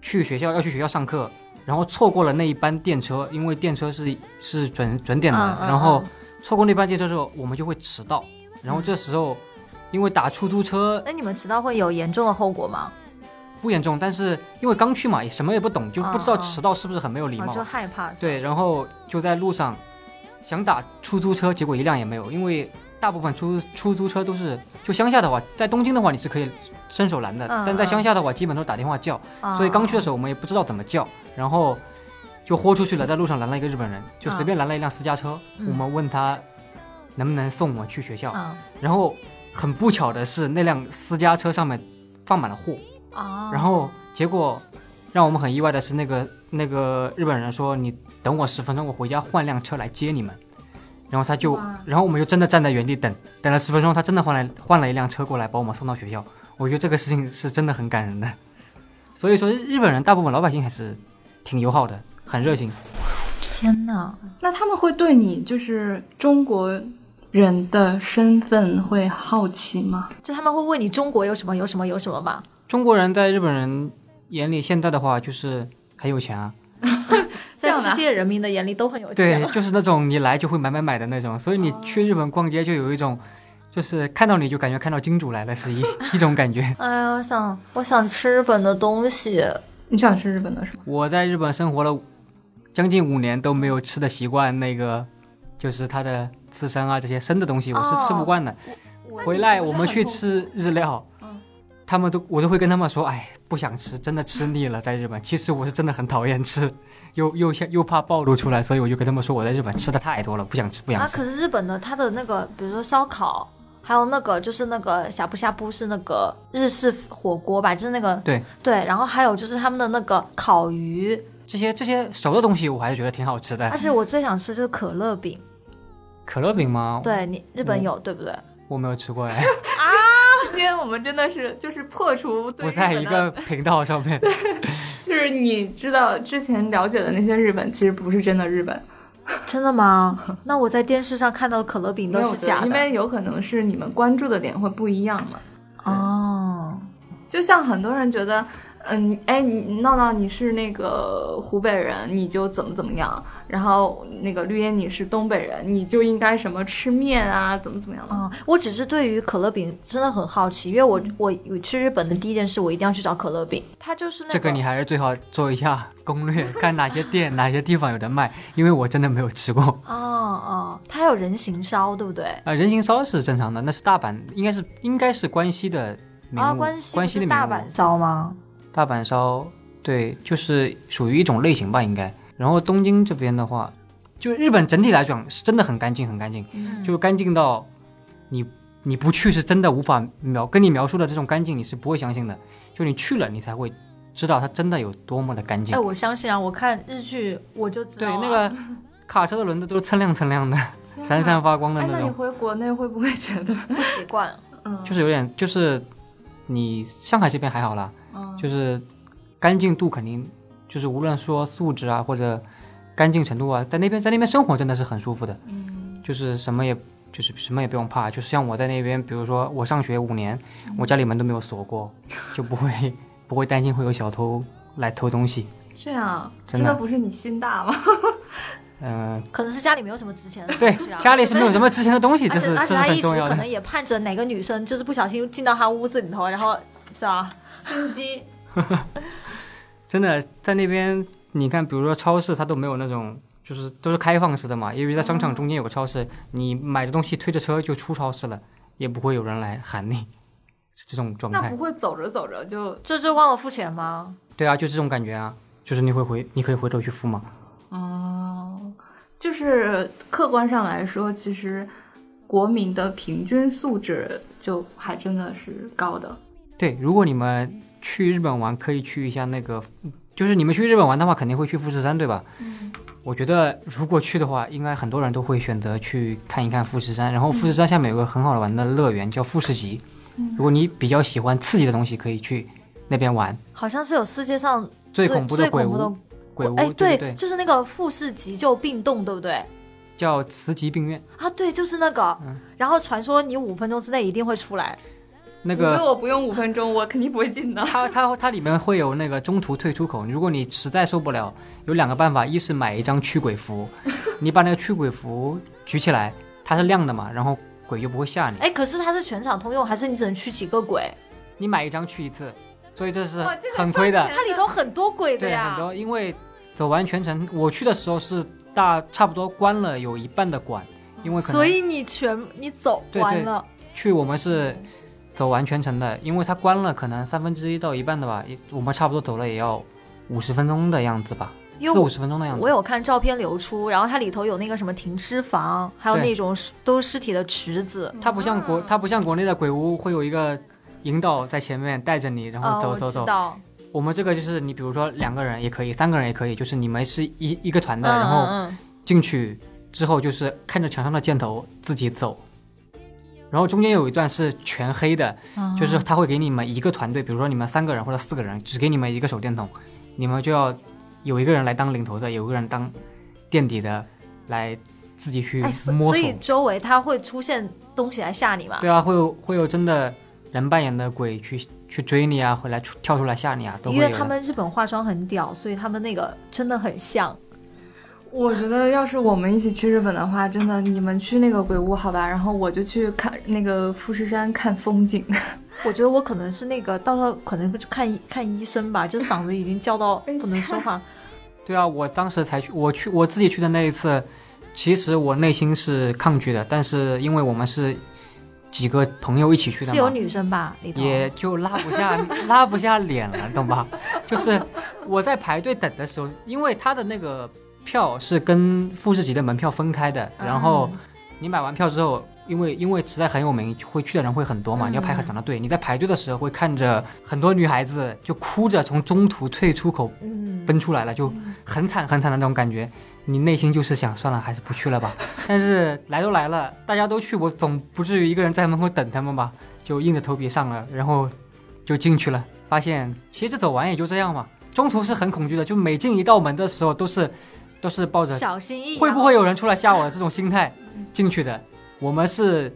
D: 去学校要去学校上课，然后错过了那一班电车，因为电车是是准准点的，
B: 嗯嗯
D: 然后错过那班电车之后，我们就会迟到。然后这时候，因为打出租车
B: 哎那你们迟到会有严重的后果吗？
D: 不严重，但是因为刚去嘛，也什么也不懂，就不知道
B: 嗯嗯
D: 迟到是不是很没有礼
B: 啊，
D: 貌。哦
B: 就害怕。
D: 对，然后就在路上想打出租车，结果一辆也没有，因为大部分出出租车都是就乡下的话，在东京的话你是可以伸手拦的，
B: 嗯
D: 但在
B: 嗯
D: 乡下的话基本都是打电话叫，
B: 啊
D: 所以刚去的时候我们也不知道怎么叫，然后就豁出去了，在路上拦了一个日本人，就随便拦了一辆私家车，
B: 嗯
D: 我们问他能不能送我们去学校，
B: 啊
D: 然后很不巧的是那辆私家车上面放满了货，
B: 啊，
D: 然后结果让我们很意外的是，那个那个日本人说：“你等我十分钟，我回家换辆车来接你们。”然后他就
B: 哇，
D: 然后我们就真的站在原地等，等了十分钟，他真的换来换了一辆车过来把我们送到学校。我觉得这个事情是真的很感人的，所以说日本人大部分老百姓还是挺友好的，很热情。
B: 天哪，
C: 那他们会对你就是中国人的身份会好奇吗？
B: 就他们会问你中国有什么有什么有什么吧？
D: 中国人在日本人眼里，现在的话就是很有钱啊，
C: 这
B: 在
C: 样的
B: 世
C: 啊
B: 界人民的眼里都很有钱 [laughs]
D: 对，。就是那种你来就会买买买的那种，所以你
B: 哦
D: 去日本逛街就有一种，就是看到你就感觉看到金主来了是一一种感觉。 [laughs]
B: 哎呀，我想我想吃日本的东西，
C: 你想吃日本的是吗？
D: 我在日本生活了将近五年都没有吃的习惯，那个就是它的刺身啊这些生的东西我是吃
B: 哦
D: 不惯的。回来我们去吃日料，
B: 嗯
D: 他们都我都会跟他们说，哎，不想吃，真的吃腻了，在日本。其实我是真的很讨厌吃，又又像又怕暴露出来，所以我就跟他们说我在日本吃的太多了，不想吃，不想
B: 啊，
D: 吃。
B: 可是日本的它的那个，比如说烧烤，还有那个就是那个呷哺呷哺是那个日式火锅吧，就是那个
D: 对。
B: 对，然后还有就是他们的那个烤鱼，
D: 这些这些熟的东西，我还是觉得挺好吃
B: 而
D: 的。
B: 且我最想吃就是可乐饼，
D: 可乐饼吗？，
B: 对你日
D: 嗯
B: 本有对不对？
D: 我没有
B: [laughs]
D: 吃过哎，
C: 今天我们真的是就是破除对
D: 不
C: 日
D: 在
C: 本
D: 一
C: 的
D: 个频道上
B: [laughs]
D: 面。
C: 就是你知道之前了解的那些日本，其实不是真的日本，
B: 真的吗？那我在电视上看到的可乐饼都是假的。
C: 因为有可能是你们关注的点会不一样嘛。
B: 哦，
C: 就像很多人觉得，嗯，哎，你闹闹你是那个湖北人，你就怎么怎么样，然后那个绿烟你是东北人，你就应该什么吃面啊，怎么怎么样的。
B: 哦，我只是对于可乐饼真的很好奇，因为我我我去日本的第一件事，我一定要去找可乐饼。它就是那
D: 这个你还是最好做一下攻略， [laughs] 看哪些店、哪些地方有的卖，因为我真的没有吃过。 [laughs]
B: 哦哦，它还有人形烧，对不对？
D: 啊、人形烧是正常的，那是大阪，应该是应该是关西的名物，
B: 啊，关西
D: 关
B: 不是
D: 西的名
B: 大
D: 物
B: 阪烧吗？
D: 大阪烧，对，就是属于一种类型吧，应该。然后东京这边的话，就日本整体来讲是真的很干净，很干净，
B: 嗯
D: 就干净到你你不去是真的无法描跟你描述的这种干净，你是不会相信的。就你去了，你才会知道它真的有多么的干净。
C: 哦
B: 哎，我相信啊，我看日剧我就知道、
D: 对
B: 啊。，
D: 那个卡车的轮子都是锃亮锃
C: [laughs]
D: 亮的，闪闪发光的
C: 哎，
D: 那
C: 那你
D: 种，
C: 回国内会不会觉得，
B: 不习惯。
C: [laughs] 嗯，
D: 就是有点就是你上海这边还好啦，
C: 嗯
D: 就是干净度肯定就是无论说素质啊或者干净程度啊，在那边在那边生活真的是很舒服的，
C: 嗯
D: 就是什么也就是什么也不用怕，就是像我在那边，比如说我上学五年，我家里门都没有锁过，就不会不会担心会有小偷来偷东西。
C: 这样
D: 真
C: 真
D: 的
C: 的不是你心大吗？
D: 嗯、
B: 可能是家里没有什么
D: [laughs]
B: 值钱的
D: 对
B: 东西啊，，
D: 家里是没有什么值钱的东西，
B: 而
D: 这
B: 且
D: 是
B: 而
D: 这
B: 且
D: 是
B: 他
D: 很
B: 一直
D: 重要
B: 可
D: 的
B: 能。也盼着哪个女生就是不小心进到他屋子里头，然后是吧？
C: [laughs] 心机，
D: 真的在那边，你看，比如说超市，它都没有那种，就是都是开放式的嘛，因为在商场中间有个超市，你买的东西推着车就出超市了，也不会有人来喊你，是这种状
C: 那不
D: 态。
C: 会走着走着就
B: 这就忘了付钱吗？
D: 对啊，就这种感觉啊，就是你会回，你可以回头去付嘛。
C: 哦，就是客观上来说，其实国民的平均素质就还真的是高的。
D: 对，如果你们去日本玩，可以去一下那个，就是你们去日本玩的话，肯定会去富士山，对吧？
C: 嗯，
D: 我觉得如果去的话，应该很多人都会选择去看一看富士山。然后富士山下面有个很好玩的乐园叫富士急，如果你比较喜欢刺激的东西，可以去那边玩。
B: 好像是有世界上
D: 最
B: 最
D: 恐怖的鬼
B: 恐
D: 屋，
B: 怖的
D: 鬼屋
B: 哎，
D: 对对，
B: 就是那个富士急救病栋，对不对？
D: 叫慈济病院。嗯
B: 啊，对，就是那个。然后传说你五分钟之内一定会出来，
D: 那
C: 如
D: 个
C: 果我不用五分钟，我肯定不会进的。
D: 它它它里面会有那个中途退出口，如果你实在受不了，有两个办法，一是买一张驱鬼符，你把那个驱鬼符举起来，它是亮的嘛，然后鬼就不会吓你。
B: 哎，可是它是全场通用，还是你只能驱几个鬼？
D: 你买一张去一次，所以这是
C: 哇这个
D: 很亏的。
B: [laughs] 它里头很多鬼的
D: 对，
B: 呀
D: 很。多，因为走完全程，我去的时候是大差不多关了有一半的馆，因为可
B: 所
D: 能
B: 以你全你走
D: 对对
B: 完了，
D: 去我们是走完全程的，因为它关了可能三分之一到一半的吧，也我们差不多走了也要五十分钟的样子吧，
B: 因
D: 四
B: 为
D: 五
B: 我
D: 十分钟的样
B: 我
D: 子。
B: 有看照片流出，然后它里头有那个什么停尸房，还有
D: 对
B: 那种尸都是尸体的池子。
D: 它不像
B: 啊
D: 国，它不像国内的鬼屋会有一个引导在前面带着你，然后
B: 啊，
D: 哦走
B: 我
D: 走
B: 知
D: 走。
B: 道。
D: 我们这个就是你比如说两个人也可以，三个人也可以，就是你们是一一个团
B: 嗯
D: 的，然后
B: 嗯
D: 进去之后就是看着墙上的箭头自己走，然后中间有一段是全黑的，
B: 嗯
D: 就是他会给你们一个团队，比如说你们三个人或者四个人，只给你们一个手电筒，你们就要有一个人来当领头的，有一个人当垫底的，来自己去
B: 哎，所
D: 摸
B: 所
D: 索。
B: 以周围它会出现东西来吓你嘛？
D: 对啊，会有会有真的人扮演的鬼去去追你啊，会来出跳出来吓你啊，都会
B: 因
D: 有
B: 为
D: 的。
B: 他们日本化妆很屌，所以他们那个真的很像。
C: 我觉得要是我们一起去日本的话，真的，你们去那个鬼屋好吧，然后我就去看那个富士山看风景。
B: 我觉得我可能是那个到时候可能会去看医看医生吧，就嗓子已经叫 [laughs] 到不能说话。
D: 对啊，我当时才去，我去我自己去的那一次，其实我内心是抗拒的，但是因为我们是几个朋友一起去的
B: 是有
D: 嘛，
B: 女生吧里头？
D: 也就拉不下 [laughs] 拉不下脸了，懂吧？就是我在排队等的时候，因为他的那个票是跟富士急的门票分开的，然后你买完票之后。因为因为实在很有名，会去的人会很多嘛，你要排很长的队。你在排队的时候会看着很多女孩子就哭着从中途退出口
B: 嗯，
D: 奔出来了，就很惨很惨的那种感觉。你内心就是想，算了，还是不去了吧。但是来都来了，大家都去，我总不至于一个人在门口等他们吧？就硬着头皮上了，然后就进去了。发现其实走完也就这样嘛。中途是很恐惧的，就每进一道门的时候都是都是抱着
B: 小心翼翼。
D: 会不会有人出来吓我的这种心态
B: 嗯
D: 进去的？我们是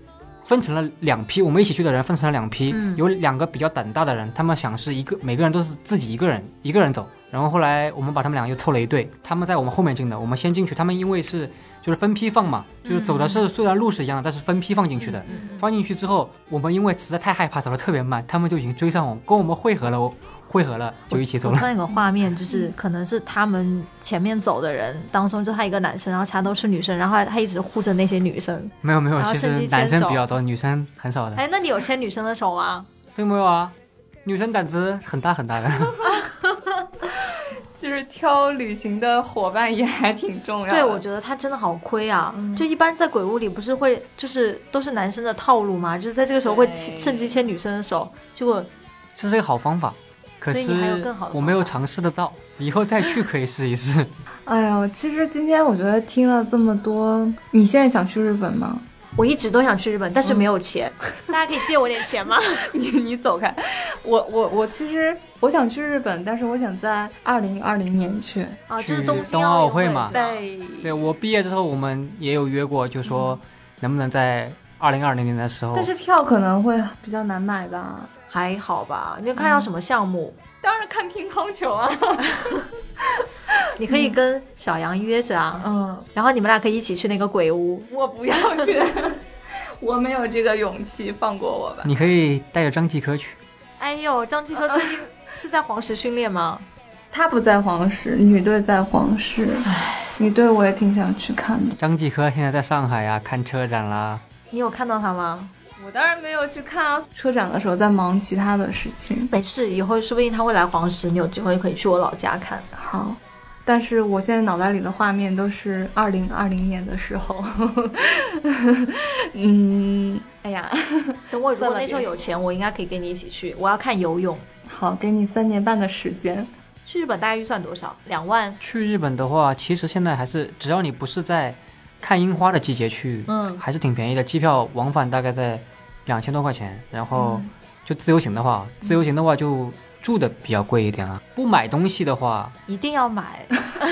D: 分成了两批，我们一起去的人分成了两批，
B: 嗯
D: 有两个比较胆大的人，他们想是一个每个人都是自己一个人一个人走。然后后来我们把他们两个又凑了一队，他们在我们后面进的，我们先进去。他们因为是就是分批放嘛，
B: 嗯
D: 就是走的是虽然路是一样的，但是分批放进去的。放进去之后，我们因为实在太害怕，走的特别慢，他们就已经追上我们，跟我们汇合了，我汇合了就一起走
B: 我
D: 了。
B: 看有个画面， [laughs] 就是可能是他们前面走的人当中，就他一个男生，然后其他都是女生，然后他他一直护着那些女生。
D: 没有没有，
B: 然后
D: 其实
B: 趁机
D: 男
B: 牵
D: 生
B: 手
D: 比较多，女生很少的。
B: 哎，那你有牵女生的手吗？
D: 并没有啊，女生胆子很大很大的。 [laughs]
C: 就是挑旅行的伙伴也还挺重要的。
B: 对，我觉得他真的好亏啊！就一般在鬼屋里不是会就是都是男生的套路嘛，就是在这个时候会
C: 对
B: 趁趁机牵女生的手，结果
D: 这是一个好方法，可
B: 所以
D: 是
B: 你还有更好的方法
D: 我没有尝试得到，以后再去可以试
B: [laughs]
D: 一试。
C: 哎呦，其实今天我觉得听了这么多，你现在想去日本吗？
B: 我一直都想去日本，但是没有钱，嗯大家可以借我点钱 [laughs] 吗？
C: 你你走开，我我我其实我想去日本，但是我想在二零二零年去。
B: 啊，
D: 去
B: 就是东京
D: 冬
B: 奥
D: 奥
B: 运
D: 会
B: 是
D: 嘛
B: 吧，
D: 对我毕业之后，我们也有约过，就
B: 嗯
D: 说能不能在二零二零年的时候
C: 但，是票可能会比较难买吧。
B: 还好吧？你就看要什么项目，
C: 当然看乒乓球啊。
B: 你可以跟小杨约着啊，
C: 嗯，
B: 然后你们俩可以一起去那个鬼屋。
C: 我 [laughs] 不要去， [laughs] 我没有这个勇气，放过我吧。
D: 你可以带着张继科去。
B: 哎呦，张继科最近 [laughs] 是在黄石训练吗？
C: 他不在皇室，女队在皇室。唉，女队我也挺想去看的。
D: 张继科现在在上海啊，看车展啦。
B: 你有看到他吗？
C: 我当然没有去看啊，车展的时候在忙其他的事情。
B: 没事，以后说不定他会来黄石，你有机会可以去我老家看。
C: 好，但是我现在脑袋里的画面都是二零二零年的时候。 [laughs] 嗯，哎呀，
B: [laughs] 等我如
C: 算
B: 果
C: 了
B: 那时候有钱，我应该可以跟你一起去。我要看游泳。
C: 好，给你三年半的时间。
B: 去日本大概预算多少？两万。
D: 去日本的话，其实现在还是只要你不是在看樱花的季节去，
B: 嗯
D: 还是挺便宜的。机票往
C: 嗯
D: 返大概在两千多块钱，然后就自由行的话，自由行的话就住的比较贵一点啊。不买东西的话，
B: 一定要
C: [laughs]
B: 买。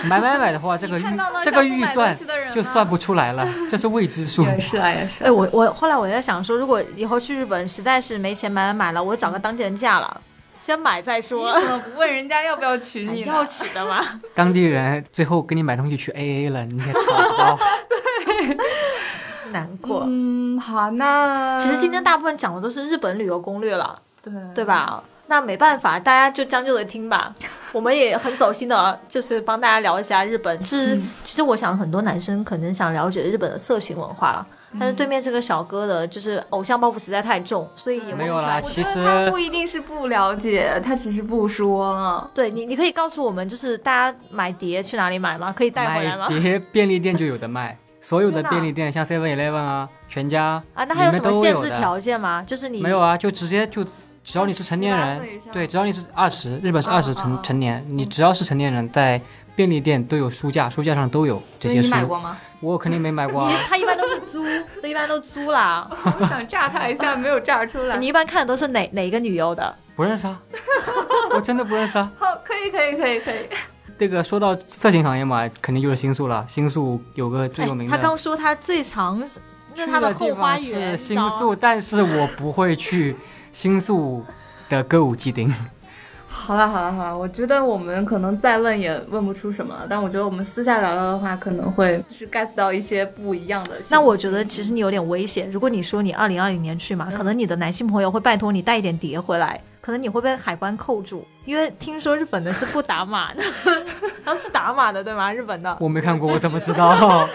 D: 买买买的话，这个预
C: 看到了
D: 这
C: 像
D: 个
C: 不
D: 预
C: 买
D: 算
C: 东西的人
D: 就
C: 吗
D: 算不出来了，这是未
C: [laughs]
D: 知数。
C: 也是啊，也是
B: 哎，我我后来我在想说，如果以后去日本实在是没钱买买买了，我找个当地人嫁了，先买再说。哎
C: 怎么不问人家要不要
B: [laughs]
C: 娶你呢？
B: 要娶的嘛，
D: 当地人最后给你买东西去 AA 了，你也讨不
C: [laughs]
D: 到。
B: [laughs] 难过。
C: 嗯，好，那
B: 其实今天大部分讲的都是日本旅游攻略了，
C: 对
B: 对？吧？那没办法，大家就将就着听
D: [laughs]
B: 吧。我们也很走心的，就是帮大家聊一下日本。就是、
D: 嗯
B: 其实我想很多男生可能想了解日本的色情文化了，
D: 嗯
B: 但是对面这个小哥的就是偶像包袱实在太重，所以也
D: 没有
B: 问不出
D: 啦，
B: 来。
D: 其实
C: 他不一定是不了解，他只是不说。啊
B: 对你，你可以告诉我们，就是大家买碟去哪里买吗？可以带回来
D: 买
B: 吗？
D: 碟便利店就有
B: [laughs]
D: 的卖，所有的
B: 真的啊
D: 便利店像 Seven Eleven 啊、全家
B: 啊，那还有
D: 里
B: 什
D: 面
B: 么
D: 都
B: 限
D: 有
B: 制
D: 的
B: 条件吗？就是你
D: 没有啊，就直接就只要你是成年
C: 18岁以
D: 人，
C: 上
D: 对，只要你是二十，日本
B: 嗯
D: 是
C: 啊
D: 二十
C: 啊啊
D: 成成年，你只要是成年人，在便利店都有书架，书架上都有这
C: 所
D: 些
C: 以你
D: 书。
C: 买过吗？
D: 我肯定没买过啊
B: 你，他一般都是租， [laughs] 都一般都租啦。
C: 我想炸他一下，没有炸出来。
B: 你一般看的都是哪哪一个女优的？
D: [laughs] 不认识啊，我真的不认识啊。
C: 好，可以，可以，可以，可以。
D: 这个说到色情行业嘛，肯定就是新宿了。新宿有个最有名的，
B: 哎他刚说他最长，那是他
D: 的
B: 后
D: 地
B: 花园。
D: 方是
B: 你知
D: 新
B: 道吗
D: 宿，但是我不会去新宿的歌舞伎町。
C: 好了，好了，好了。我觉得我们可能再问也问不出什么了，但我觉得我们私下聊聊的话，可能会就是 get 到一些不一样的信息。
B: 那我觉得其实你有点危险。如果你说你二零二零年去嘛，可能你的男性朋友会拜托你带一点碟回来，可能你会被海关扣住，因为听说日本的是不打码的， [laughs] 然后是打码的对吗？日本的。
D: 我没看过，我怎么知
B: [laughs]
D: 道？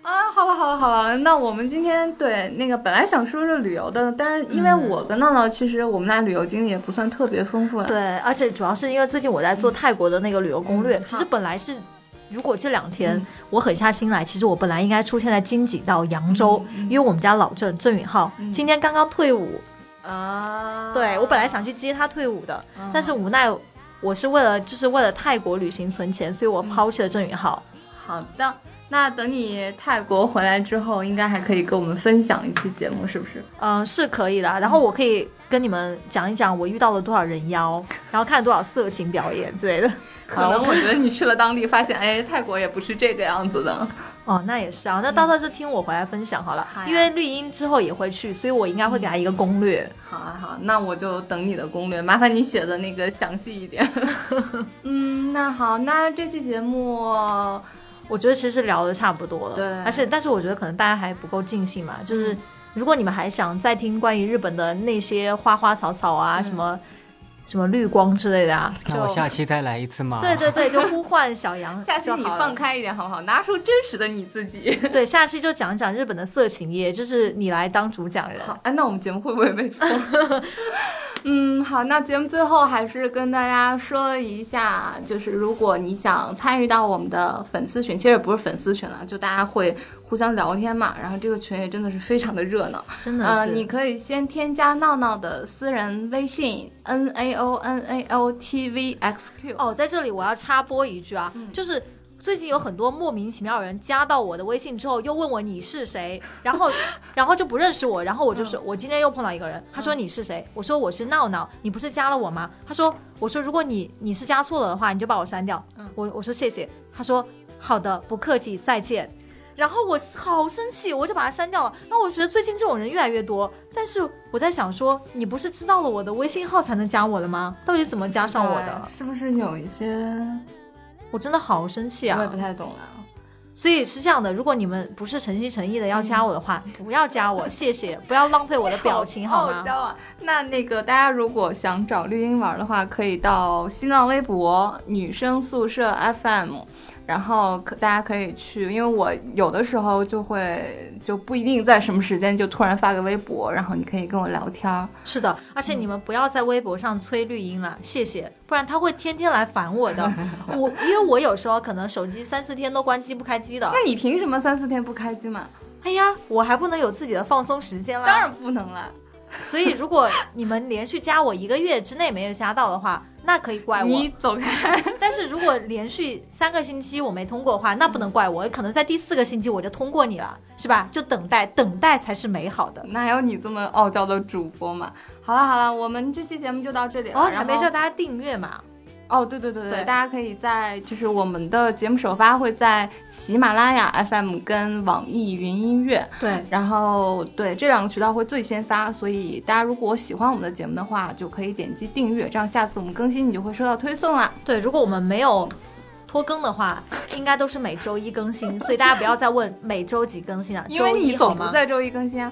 C: 啊，好了好了好了，那我们今天对那个本来想说是旅游的，但是因为我跟闹闹其实我们俩旅游经历也不算特别丰富了，
B: 对，而且主要是因为最近我在做泰国的那个旅游攻略，
C: 嗯
B: 其实本来是。如果这两天我狠下心来，其实我本来应该出现在京畿道、扬州，因为我们家老郑郑允浩、今天刚刚退伍，
C: 啊，
B: 对我本来想去接他退伍的，
C: 嗯
B: 但是无奈我是为了就是为了泰国旅行存钱，所以我抛弃了郑允浩。
C: 好的，那等你泰国回来之后，应该还可以跟我们分享一期节目，是不是？
B: 嗯、是可以的。然后我可以跟你们讲一讲我遇到了多少人妖，然后看了多少色情表演之类的。
C: [laughs] 可能我觉得你去了当地，发现哎，泰国也不是这个样子的。
B: 哦，那也是啊，那到时候就听我回来分享好了，
C: 好呀
B: 因为绿茵之后也会去，所以我应该会给他一个攻略。
C: 好啊，好，那我就等你的攻略，麻烦你写的那个详细一点。 [laughs] 嗯，那好，那这期节目。
B: 我觉得其实聊的差不多了，
C: 对
B: 而且但是我觉得可能大家还不够尽兴嘛，就是如果你们还想再听关于日本的那些花花草草啊，什么什么绿光之类的啊，就
D: 那我下期再来一次嘛。
B: [laughs] 对对对，就呼唤小
C: [laughs]
B: 杨
C: 下期
B: 就
C: 你
B: 好了
C: 放开一点好不好？拿出真实的你自己。
B: [laughs] 对，下期就讲讲日本的色情业，就是你来当主讲
C: [laughs]
B: 人。
C: 好，哎，那我们节目会不会被 [laughs] 封？嗯，好，那节目最后还是跟大家说一下，就是如果你想参与到我们的粉丝群，其实也不是粉丝群了，就大家会互相聊天嘛，然后这个群也真的是非常的热闹。
B: 真的是，
C: 呃，你可以先添加闹闹的私人微信 n a o n a o t v x q。
B: 哦，在这里我要插播一句啊，就是。最近有很多莫名其妙的人加到我的微信之后，又问我你是谁，然后，然后就不认识我，然后我就说，我今天又碰到一个人，他说你是谁，我说我是闹闹，你不是加了我吗？他说，我说如果你你是加错了的话，你就把我删掉。我我说谢谢，他说好的，不客气，再见。然后我好生气，我就把他删掉了。那我觉得最近这种人越来越多，但是我在想说，你不是知道了我的微信号才能加我的吗？到底怎么加上我的？
C: 哦是不是有一些
B: 我真的好生气
C: 我也
B: 啊
C: 不！太懂了？
B: 所以是这样的，如果你们不是诚心诚意的要加我的
C: 嗯
B: 话，不要
C: [laughs]
B: 加我，谢谢，不要浪费我的表情好
C: 傲
B: 吗？
C: 娇啊！那那个大家如果想找绿茵玩的话，可以到新浪微博“女生宿舍 FM”，然后可大家可以去，因为我有的时候就会就不一定在什么时间就突然发个微博，然后你可以跟我聊天儿。
B: 是的，而且你们不要在微博上催绿茵了，谢谢，不然他会天天来烦
C: [laughs]
B: 我的。我因为我有时候可能手机三四天都关机不开机的
C: 那，你凭什么三四天不开机嘛？
B: 哎呀，我还不能有自己的放松时间啦。
C: 当然不能啦！ [laughs]
B: 所以如果你们连续加我一个月之内没有加到的话，那可以怪我。
C: 你走开，
B: 但是如果连续三个星期我没通过的话，那不能怪我，可能在第四个星期我就通过你了，是吧？就等待，等待才是美好的。
C: [laughs] 哪有你这么傲娇的主播嘛？好了好了，我们这期节目就到这里了。
B: 哦，
C: 然
B: 还
C: 后
B: 没叫大家订阅嘛？
C: 哦，对对对对，
B: 对
C: 大家可以在就是我们的节目首发会在喜马拉雅 FM 跟网易云音乐，
B: 对，
C: 然后对这两个渠道会最先发，所以大家如果喜欢我们的节目的话，就可以点击订阅，这样下次我们更新你就会收到推送啦。
B: 对，如果我们没有拖更的话，应该都是每周一更新，所以大家不要再问每周几更新啊，
C: [laughs] 因为
B: 周一
C: 你总
B: 好
C: 不
B: 吗？
C: 在周一更新啊。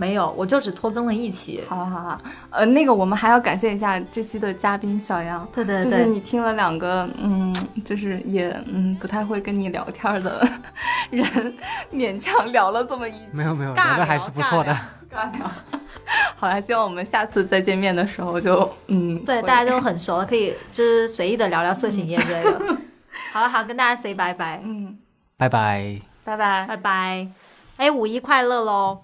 B: 没有，我就只拖更了一期。
C: 好了好了，呃，那个我们还要感谢一下这期的嘉宾小杨。
B: 对对
C: 就
B: 对
C: 是，你听了两个，嗯，就是也嗯不太会跟你聊天的 [laughs] 人，勉强聊了这么一
D: 没有没有，
C: 尬
D: 聊
C: 聊
D: 的还是不错的。
C: 尬聊。 [laughs] 好了，希望我们下次再见面的时候就嗯，
B: 对，
C: 会
B: 大家都很熟了，可以就是随意的聊聊色情业之类 [laughs] 的。好了，好，跟大家 say 拜拜，
C: 嗯，
D: 拜拜。
C: 拜拜。
B: 拜拜，哎，五一快乐喽！